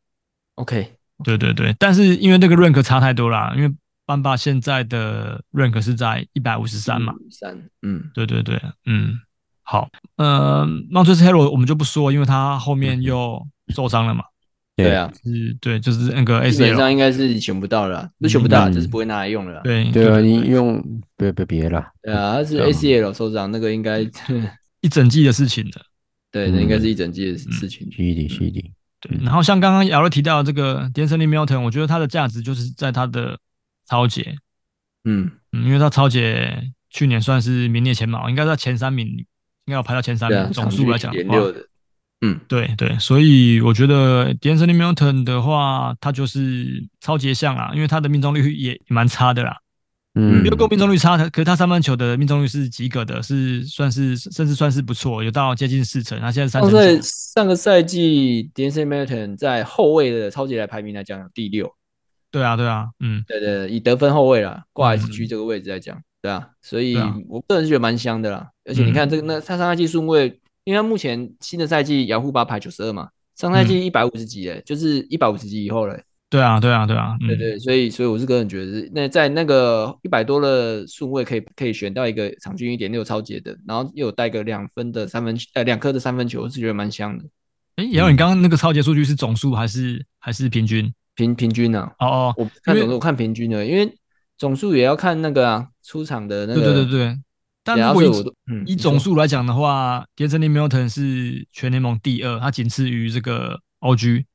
Speaker 2: ，OK，
Speaker 3: 对对对，但是因为这个 rank 差太多啦，因为班霸现在的 rank 是在一百五十三嘛，，
Speaker 2: 三，嗯，
Speaker 3: 对对对，嗯，好，呃 m o n t r e s Hero 我们就不说，因为他后
Speaker 2: 嗯
Speaker 3: 面又受伤了嘛，
Speaker 2: 对啊，
Speaker 3: 是，对，就是那个
Speaker 2: 基本
Speaker 3: ACL，
Speaker 2: 上应该是选不到了啦，不是选不到啦，
Speaker 1: 嗯
Speaker 2: 就是不会拿来用了啦。
Speaker 3: 对
Speaker 1: 对啊，你用别别别了，
Speaker 2: 对啊，他是 ACL 手掌那个应该， 对，
Speaker 3: 一整季的事情的，
Speaker 2: 那应该是一整季的
Speaker 3: 嗯
Speaker 2: 事情。
Speaker 1: 犀利犀利，
Speaker 2: 嗯
Speaker 3: 对。然后像刚刚姚乐提到的这个 d a n c e l y Milton，我觉得他的价值就是在他的超节，
Speaker 2: 嗯，
Speaker 3: 嗯，因为他超节去年算是名列前茅，应该在前三名，应该要排到前三
Speaker 2: 对
Speaker 3: 名、
Speaker 2: 啊，
Speaker 3: 总数来讲的
Speaker 2: 点
Speaker 3: 话，
Speaker 2: 六的，嗯，
Speaker 3: 对对，所以我觉得 d a n c e l y Milton 的话，他就是超节项啦，因为他的命中率也蛮差的啦，
Speaker 1: 嗯
Speaker 3: 六个命中率差，可是他三分球的命中率是及格的，是算是甚至算是不错，有到接近四成。他现在三
Speaker 2: 上
Speaker 3: 成
Speaker 2: 赛
Speaker 3: 九
Speaker 2: 哦上个赛季 d a n c e Milton 在后卫的超级来排名来讲有第六，
Speaker 3: 对啊，对啊，嗯，
Speaker 2: 对对，对以得分后卫啦，挂
Speaker 3: 嗯
Speaker 2: SG 这个位置来讲，对啊，所以
Speaker 3: 对啊嗯
Speaker 2: 我个人是觉得蛮香的啦。而且你看这个，那他上赛季顺位，因为他目前新的赛季雅虎八排九十二嘛，上赛
Speaker 3: 嗯
Speaker 2: 季一百五十几诶，就是一百五十几以后嘞，
Speaker 3: 对啊，对啊，对啊，嗯，
Speaker 2: 对对，所以所以我是个人觉得是，那在那个一百多的顺位可以可以选到一个场均一点六超节的，然后又有带个两分的三分呃两颗的三分球，我是觉得蛮香的，
Speaker 3: 哎，也有你刚刚那个超节数据是总数还是还是平均？
Speaker 2: 平平均啊，
Speaker 3: 哦哦，
Speaker 2: 我不
Speaker 3: 因
Speaker 2: 看
Speaker 3: 为
Speaker 2: 总数，我看平均的，因为总数也要看那个啊出场的那
Speaker 3: 对
Speaker 2: 个，
Speaker 3: 对对对。但
Speaker 2: 然
Speaker 3: 如
Speaker 2: 后
Speaker 3: 果
Speaker 2: 所以我都
Speaker 3: 以
Speaker 2: 嗯
Speaker 3: 以
Speaker 2: 你说
Speaker 3: 总数来讲的话 d a n c e l y Milton 是全联盟第二，他仅次于这个 OG。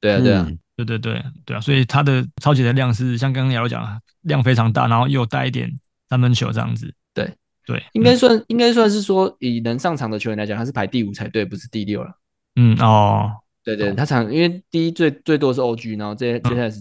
Speaker 2: 对
Speaker 1: 嗯
Speaker 2: 啊对啊，
Speaker 3: 对对对对啊，所以他的超级的量是像刚刚姚讲的量非常大，然后又带一点三分球这样子。
Speaker 2: 对
Speaker 3: 对，
Speaker 2: 应该算应该算是说以能上场的球员来讲，他是排第五才对，不是第六了。
Speaker 3: 嗯嗯哦，
Speaker 2: 对对，他场因为第一最最多是 OG，然后接接下来是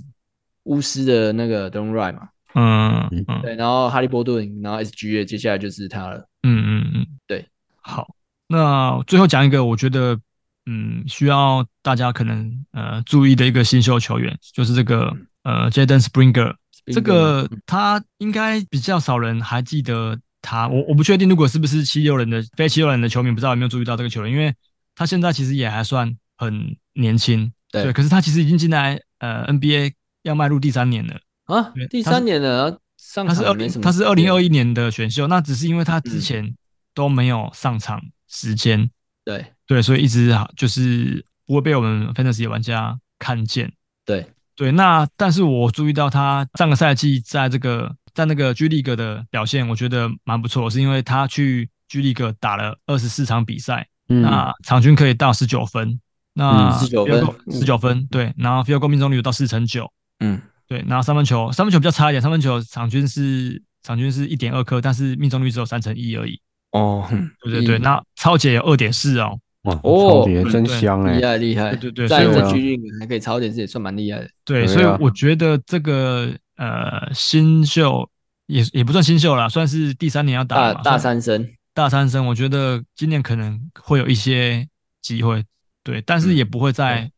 Speaker 2: 巫师的那个 Don Wright 嘛，
Speaker 3: 嗯嗯
Speaker 1: 嗯
Speaker 3: 嗯
Speaker 2: 对，然后哈利波顿，然后 SGA，接下来就是他了。
Speaker 3: 嗯嗯，
Speaker 2: 对，
Speaker 3: 好，那最后讲一个，我觉得嗯需要大家可能呃注意的一个新秀球员，就是这个呃 Jaden Springer，这个
Speaker 2: 嗯
Speaker 3: 他应该比较少人还记得他，我我不确定如果是不是七六人的非七六人的球迷，不知道有没有注意到这个球员，因为他现在其实也还算很年轻，
Speaker 2: 对
Speaker 3: 可是他其实已经进来呃 NBA 要迈入第三年了，
Speaker 2: 啊
Speaker 3: 对，
Speaker 2: 第
Speaker 3: 他是
Speaker 2: 三年了，然后上
Speaker 3: 他是二
Speaker 2: 场没
Speaker 3: 零
Speaker 2: 什么，
Speaker 3: 他是二零二一年的选秀，那只是因为他之
Speaker 2: 嗯
Speaker 3: 前都没有上场时间，
Speaker 2: 对
Speaker 3: 对，所以一直啊就是不会被我们 fantasy 的玩家看见。
Speaker 2: 对，
Speaker 3: 对，那但是我注意到他上个赛季在这个在那个 G League 的表现，我觉得蛮不错，是因为他去 G League 打了二十四场比赛，
Speaker 1: 嗯
Speaker 3: 那场均可以到十九分，那
Speaker 2: 嗯19分
Speaker 3: 十九分，对，然后 field goal 命中率有到四成九，
Speaker 2: 嗯，
Speaker 3: 对，然后三分球三分球比较差一点，三分球场均是场均是一点二颗，但是命中率只有三成一而已。
Speaker 2: 哦，
Speaker 3: 对对对，
Speaker 2: 嗯
Speaker 3: 那超姐有二点四哦，
Speaker 1: 哇，
Speaker 2: 哦
Speaker 1: 超级
Speaker 3: 对
Speaker 1: 真
Speaker 3: 对
Speaker 1: 香哎
Speaker 2: 厉，害厉害，
Speaker 3: 对对对
Speaker 2: 在
Speaker 3: 所以
Speaker 2: 在
Speaker 1: 我
Speaker 2: G l 还可以超点，这也算蛮厉害的。
Speaker 3: 对，
Speaker 1: 对
Speaker 3: 所以
Speaker 1: 啊
Speaker 3: 我觉得这个呃新秀也也不算新秀啦，算是第三年要打
Speaker 2: 大
Speaker 3: 了嘛
Speaker 2: 啊大
Speaker 3: 算
Speaker 2: 三生，
Speaker 3: 大三生，我觉得今年可能会有一些机会，对，但是
Speaker 2: 嗯
Speaker 3: 也不会在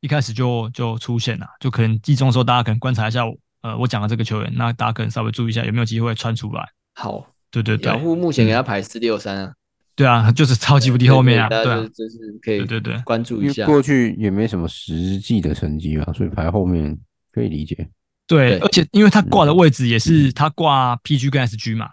Speaker 3: 一开始就就出现啦，就可能季中的时候大家可能观察一下我呃我讲的这个球员，那大家可能稍微注意一下有没有机会穿出来，
Speaker 2: 好，
Speaker 3: 对对嗯
Speaker 2: 雅
Speaker 3: 对，
Speaker 2: 虎目前给他排四六三啊，
Speaker 3: 对啊，就是超级无敌后面啊，
Speaker 2: 所以
Speaker 3: 对
Speaker 2: 大
Speaker 3: 啊
Speaker 2: 家就，就是可以
Speaker 3: 对对对
Speaker 2: 关注
Speaker 1: 因
Speaker 2: 一
Speaker 1: 为
Speaker 2: 下。
Speaker 1: 过去也没什么实际的成绩嘛，所以排后面可以理解。
Speaker 3: 对，
Speaker 2: 对
Speaker 3: 而且因为他挂的位置也是他挂 PG 跟 SG 嘛，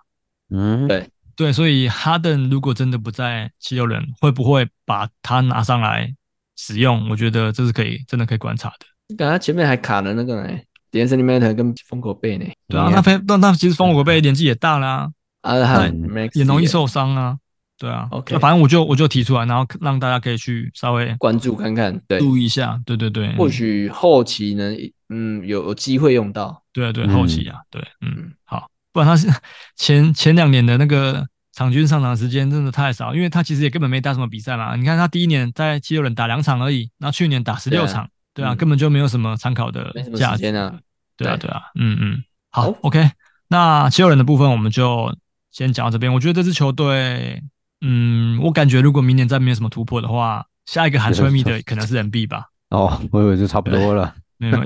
Speaker 1: 嗯，
Speaker 2: 对
Speaker 3: 对，所以哈登如果真的不在七六人，会不会把他拿上来使用？我觉得这是可以，真的可以观察的。
Speaker 2: 感觉他前面还卡了那个呢 d a n c e l i m a t e r 跟风口贝呢，
Speaker 3: 对啊，
Speaker 1: Yeah
Speaker 3: 那非那那其实风火贝年纪也大啦、
Speaker 2: 啊，还有
Speaker 1: 嗯
Speaker 2: Max
Speaker 3: 也容易受伤啊。对啊
Speaker 2: OK
Speaker 3: 那反正我就我就提出来，然后让大家可以去稍微
Speaker 2: 关注看看，对，
Speaker 3: 注意一下。对对对，
Speaker 2: 或许后期能嗯有有机会用到，
Speaker 3: 对对
Speaker 1: 嗯
Speaker 3: 后期啊，对，嗯
Speaker 2: 嗯，
Speaker 3: 好，不然他是 前前两年的那个场均上场时间真的太少，因为他其实也根本没打什么比赛嘛。你看他第一年在七六人打两场而已，然后去年打十
Speaker 2: 对
Speaker 3: 六
Speaker 2: 啊
Speaker 3: 场，对啊，
Speaker 2: 嗯
Speaker 3: 根本就没有什么参考的
Speaker 2: 没什么
Speaker 3: 价
Speaker 2: 时
Speaker 3: 值
Speaker 2: 间。啊，
Speaker 3: 对啊，
Speaker 2: 对
Speaker 3: 对啊，嗯嗯，好
Speaker 2: 好
Speaker 3: ，OK，那七六人的部分我们就先讲到这边。我觉得这支球队，嗯，我感觉如果明年再没有什么突破的话，下一个韩
Speaker 1: 对
Speaker 3: 春蜜
Speaker 1: 差
Speaker 3: 的可能是 NB 吧。
Speaker 1: 哦，我以为就差不多了。
Speaker 3: 没有，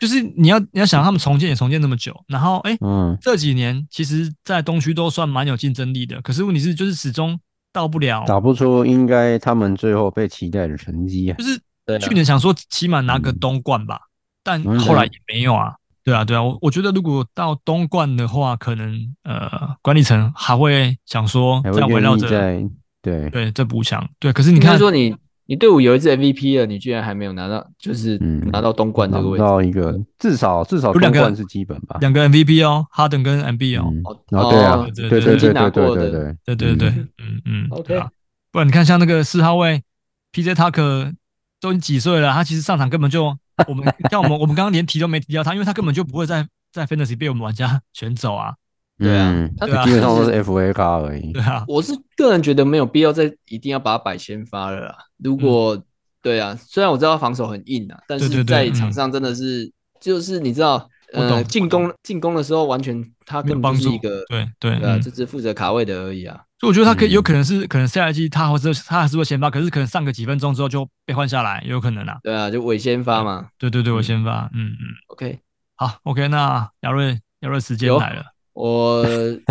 Speaker 3: 就是你要你要想他们重建也重建那么久，然后哎、诶
Speaker 1: 嗯，
Speaker 3: 这几年其实，在东区都算蛮有竞争力的，可是问题是就是始终到不了。
Speaker 1: 打不出应该他们最后被期待的成绩啊。
Speaker 3: 就是
Speaker 2: 对啊
Speaker 3: 去年想说起码拿个东冠吧，但
Speaker 1: 嗯
Speaker 3: 后来也没有啊。对啊，对啊，我我觉得如果到东冠的话，可能呃管理层还会想说
Speaker 1: 还会
Speaker 3: 再围
Speaker 1: 愿
Speaker 3: 绕
Speaker 1: 意
Speaker 3: 着
Speaker 1: 在对，
Speaker 3: 对再补强。对，可是你
Speaker 2: 应该
Speaker 3: 看
Speaker 2: 说你你队伍有一支 MVP 了，你居然还没有拿到，就是
Speaker 1: 嗯
Speaker 2: 拿到东冠这
Speaker 1: 拿
Speaker 2: 个
Speaker 1: 不
Speaker 2: 位置。
Speaker 1: 到一个至少至少
Speaker 3: 有两
Speaker 1: 东
Speaker 3: 个
Speaker 1: 冠是基本吧。
Speaker 3: 两个 MVP 哦，哈登跟 MB 哦，
Speaker 1: 嗯
Speaker 2: 哦
Speaker 1: 哦，对啊
Speaker 2: 哦，
Speaker 3: 对
Speaker 1: 对
Speaker 3: 对
Speaker 1: 对对
Speaker 2: 对
Speaker 1: 对对
Speaker 2: 对对
Speaker 3: 对
Speaker 1: 对
Speaker 3: 对对，
Speaker 2: 嗯
Speaker 3: 嗯嗯
Speaker 2: OK
Speaker 3: 对啊不然你看像那个四号位 PJ Tucker 都已经几岁了，他其实上场根本就我们像我们我们刚刚连提都没提到他，因为他根本就不会在在 Fantasy 被我们玩家 选走啊，
Speaker 2: 对啊
Speaker 1: 嗯
Speaker 2: 他
Speaker 3: 对啊
Speaker 1: 基本上 都是 FA 卡而已
Speaker 3: 对。 啊，
Speaker 2: 我是个人觉得没有必要再一定要把它摆先发了啦。如果、对啊，虽然我知道防守很硬啊，但
Speaker 3: 嗯对对对嗯
Speaker 2: 是在场上真的是就是你知道，
Speaker 3: 我懂我
Speaker 2: 呃，
Speaker 3: 懂
Speaker 2: 进攻进攻的时候完全他
Speaker 3: 没有
Speaker 2: 根本
Speaker 3: 帮
Speaker 2: 就是
Speaker 3: 助。
Speaker 2: 一个
Speaker 3: 对对，
Speaker 2: 对啊，
Speaker 3: 嗯
Speaker 2: 就只负责卡位的而已啊。
Speaker 3: 所以我觉得他可以
Speaker 1: 嗯
Speaker 3: 有可能是可能下一季他还是他还是会先发，可是可能上个几分钟之后就被换下来，有可能啊。
Speaker 2: 对啊，就伪先发嘛。
Speaker 3: 对对对，我先发，嗯嗯，
Speaker 2: OK，
Speaker 3: 好，OK，那亚瑞亚瑞时间
Speaker 2: 有
Speaker 3: 来了，
Speaker 2: 我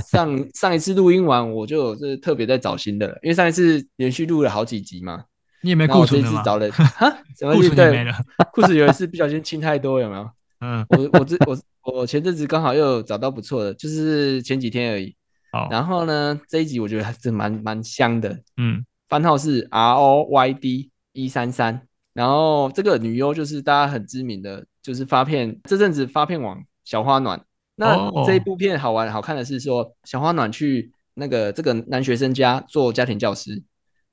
Speaker 2: 上上一次录音完我就有是特别在找新的了，因为上一次连续录了好几集嘛，
Speaker 3: 你也没
Speaker 2: 然
Speaker 3: 库
Speaker 2: 后我这
Speaker 3: 存
Speaker 2: 一
Speaker 3: 了
Speaker 2: 次
Speaker 3: 吗？
Speaker 2: 找了哈，什么
Speaker 3: 库
Speaker 2: 意思
Speaker 3: 存也没
Speaker 2: 对
Speaker 3: 了，
Speaker 2: 裤子有一次不小心清太多，有没有？
Speaker 3: 嗯，
Speaker 2: 我我这我我前阵子刚好又有找到不错的，就是前几天而已。
Speaker 3: 好，
Speaker 2: 然后呢，这一集我觉得还真蛮蛮香的，
Speaker 3: 嗯
Speaker 2: 番号是 R O Y D 一三三。然后这个女优就是大家很知名的，就是发片这阵子发片网小花暖。那
Speaker 3: 哦
Speaker 2: 这一部片好玩好看的是说，小花暖去那个这个男学生家做家庭教师，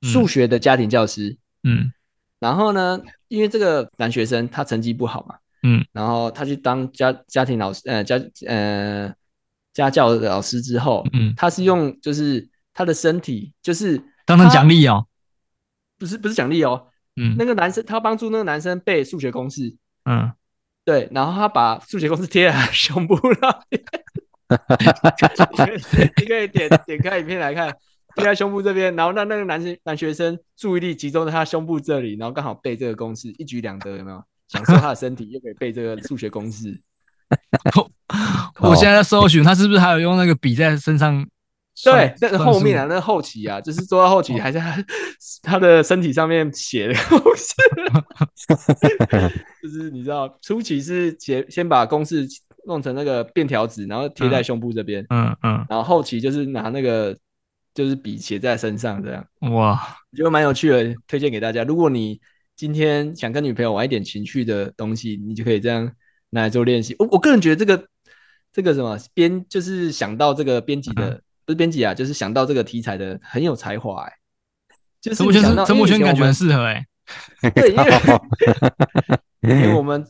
Speaker 3: 嗯
Speaker 2: 数学的家庭教师。
Speaker 3: 嗯
Speaker 2: 然后呢，因为这个男学生他成绩不好嘛，
Speaker 3: 嗯，
Speaker 2: 然后他去当家家庭老师，呃家呃家教老师之后，
Speaker 3: 嗯，
Speaker 2: 他是用就是他的身体，就是
Speaker 3: 当成奖励哦，
Speaker 2: 不是不是奖励哦，
Speaker 3: 嗯
Speaker 2: 那个男生他帮助那个男生背数学公式，
Speaker 3: 嗯，
Speaker 2: 对，然后他把数学公式贴在他胸部那 边，你可以点点开影片来看，贴在胸部这边，然后让那个男生男学生注意力集中在他胸部这里，然后刚好背这个公式，一举两得，有没有？享受他的身体，又可以背这个数学公式。 哦
Speaker 3: 我现在在搜寻他是不是还有用那个笔在身上算，
Speaker 2: 对，那个
Speaker 3: 算
Speaker 2: 后面
Speaker 3: 数哦
Speaker 2: 啊，那个后期啊，就是做到后期，还在他他的身体上面写的公 式，就是你知道，初期是写先把公式弄成那个便条纸，然后贴在
Speaker 3: 嗯
Speaker 2: 胸部这边，
Speaker 3: 嗯嗯，
Speaker 2: 然后后期就是拿那个就是笔写在身上，这样
Speaker 3: 哇，
Speaker 2: 我觉得蛮有趣的，推荐给大家。如果你今天想跟女朋友玩一点情趣的东西，你就可以这样拿来做练习。我我个人觉得这个这个什么编，就是想到这个编辑的、
Speaker 3: 嗯
Speaker 2: 不是编辑啊，就是想到这个题材的很有才华、欸。就是
Speaker 3: 陈柏轩
Speaker 2: 想
Speaker 3: 是
Speaker 2: 到
Speaker 3: 陈柏轩感觉很适合哎、
Speaker 2: 对，因为因
Speaker 3: 嗯
Speaker 2: 为我们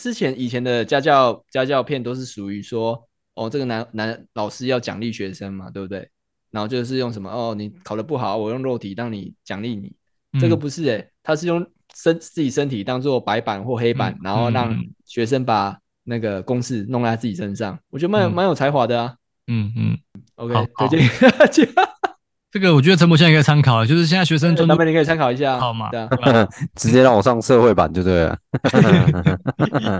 Speaker 2: 之前以前的家教家教片都是属于说，哦，这个男男老师要奖励学生嘛，对不对？然后就是用什么哦，你考得不好，我用肉体让你奖励你。
Speaker 3: 嗯
Speaker 2: 这个不是诶、他是用身自己身体当做白板或黑板，
Speaker 3: 嗯
Speaker 2: 然后让
Speaker 3: 嗯
Speaker 2: 学生把那个公式弄在自己身上，我觉得蛮有
Speaker 3: 嗯
Speaker 2: 蛮有才华的啊。
Speaker 3: 嗯嗯，好
Speaker 2: OK，推荐给 大家，
Speaker 3: 这个我觉得陈柏轩也可以参考，啊就是现在学生专注
Speaker 2: 那边你可以参考一下。
Speaker 3: 好嘛
Speaker 2: 对啊，
Speaker 1: 直接让我上社会版就对了。
Speaker 2: 啊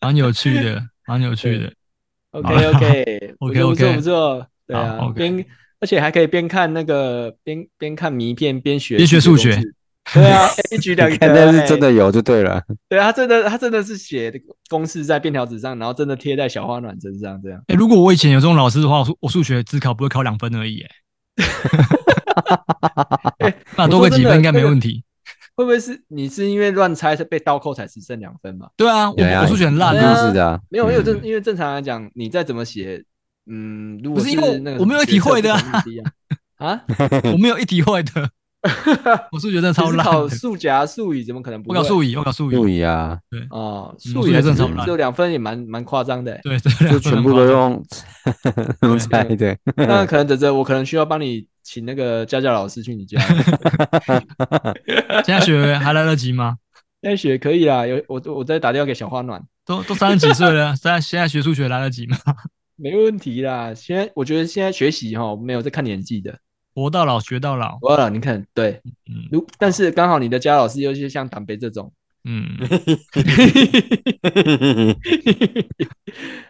Speaker 3: 蛮有趣 的，蛮有趣的。
Speaker 2: OK OK，我
Speaker 3: OK，
Speaker 2: 觉得不
Speaker 3: OK
Speaker 2: 错不错，对
Speaker 3: 好
Speaker 2: 啊，
Speaker 3: ，OK
Speaker 2: 边而且还可以边看那个边边看迷片边学
Speaker 3: 边学数学
Speaker 2: 公式，对啊，哎一举两得，
Speaker 1: 看那是
Speaker 2: 哎
Speaker 1: 真的有就对了。
Speaker 2: 对啊，他真的他真的是写公式在便条纸上，然后真的贴在小花暖身上，这样
Speaker 3: 哎、如果我以前有这种老师的话，我数我数学只考不会考两分而已、 哎，那多个几分应该没问题。
Speaker 2: 会不会是你是因为乱猜被倒扣才只剩两分嘛？
Speaker 3: 对啊，
Speaker 1: 对
Speaker 3: 我
Speaker 1: 啊
Speaker 3: 我数学很烂
Speaker 1: 一
Speaker 2: 对
Speaker 3: 啊，
Speaker 1: 定
Speaker 2: 啊
Speaker 1: 是的啊，
Speaker 2: 没有，因为
Speaker 1: 嗯
Speaker 2: 正因为正常来讲，你再怎么写，嗯，如果
Speaker 3: 不是因为
Speaker 2: 那个
Speaker 3: 我没有
Speaker 2: 决策
Speaker 3: 体会的啊
Speaker 2: 不可 逆一样啊，
Speaker 3: 我没有一题会 的，我数学真的超
Speaker 2: 只是
Speaker 3: 烂
Speaker 2: 考
Speaker 3: 的。
Speaker 2: 数甲数乙怎么可能不
Speaker 3: 我
Speaker 2: 会？
Speaker 3: 考数乙，我考数
Speaker 1: 路
Speaker 3: 乙，
Speaker 1: 易啊，
Speaker 2: 哦，
Speaker 3: 嗯
Speaker 2: 数
Speaker 3: 数
Speaker 2: 乙
Speaker 3: 学
Speaker 2: 还
Speaker 3: 正
Speaker 2: 是
Speaker 3: 常啦
Speaker 2: 只有两分也蛮蛮夸张的欸。
Speaker 3: 对，这两
Speaker 1: 就
Speaker 3: 分
Speaker 1: 全
Speaker 3: 很
Speaker 1: 部
Speaker 3: 夸
Speaker 1: 都
Speaker 3: 张
Speaker 1: 用 用 猜的。
Speaker 2: 那可能等着我可能需要帮你请那个家教老师去你 家，
Speaker 3: 现在学还来得及吗？
Speaker 2: 但学可以啦，有我我再打电话给小花暖，
Speaker 3: 都都三十几岁了，现在现在学数学来得及吗？
Speaker 2: 没问题啦。现在我觉得现在学习哈没有在看年纪的，
Speaker 3: 活到老学到老，
Speaker 2: 哇，你看对，
Speaker 3: 嗯，
Speaker 2: 如但是刚好你的家教老师又是像党培这种，
Speaker 3: 嗯，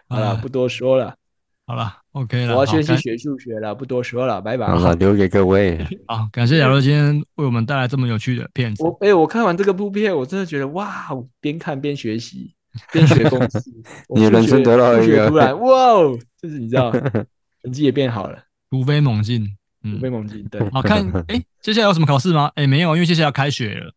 Speaker 2: 好
Speaker 1: 啊
Speaker 2: 了，不多说了，
Speaker 3: 好了，OK
Speaker 2: 我
Speaker 3: 了，
Speaker 2: 要
Speaker 3: 好
Speaker 2: 先去
Speaker 3: 感
Speaker 2: 学数学了，不多说了，
Speaker 3: 啊
Speaker 2: 拜拜。
Speaker 1: 好了，留给 各位。。
Speaker 3: 好，感谢亚罗今天为我们带来这么有趣的片子
Speaker 2: 我。哎、我看完这个部片，我真的觉得哇，我边看边学习，边学公式
Speaker 1: 你人生得到
Speaker 2: 了
Speaker 1: 一个
Speaker 2: 突然哇哦，就是你 知道，成绩也变好了，
Speaker 3: 突飞猛进，
Speaker 2: 突飞
Speaker 3: 嗯，
Speaker 2: 猛进。 对，
Speaker 3: 好看。哎，接下来有什么考试吗？哎，没有，因为接下来要开学了，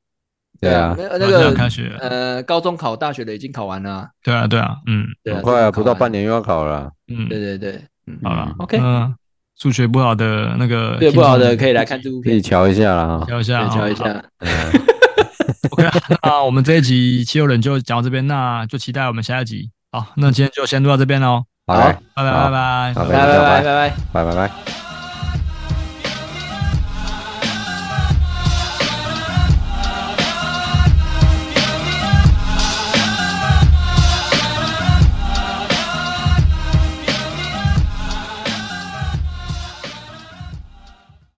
Speaker 1: 对啊
Speaker 2: 没，有
Speaker 3: 马
Speaker 2: 那
Speaker 3: 上要开
Speaker 2: 个
Speaker 3: 学了。
Speaker 2: 呃，高中考大学的已经考完了啊，
Speaker 3: 对啊，对啊，嗯
Speaker 2: 对啊
Speaker 1: 很快啊，不到半。
Speaker 2: 已经
Speaker 1: 年又要考了。
Speaker 3: 嗯
Speaker 2: 考完，对对对，嗯，
Speaker 3: 好了
Speaker 1: 嗯
Speaker 2: ，OK
Speaker 3: 嗯，数学不好的那个，
Speaker 2: 对不好的可以来看这部
Speaker 1: 可
Speaker 2: 片，
Speaker 1: 以瞧一下嗯啦。
Speaker 3: 聊一下啊，
Speaker 2: 对瞧一下。
Speaker 3: OK，那我们这一集七六人就讲到这边，那就期待我们下一集。好，那今天就先录到这边喽，
Speaker 1: 好，
Speaker 3: 拜拜拜拜。
Speaker 1: 好
Speaker 2: 拜拜拜拜拜拜。
Speaker 1: 拜拜拜。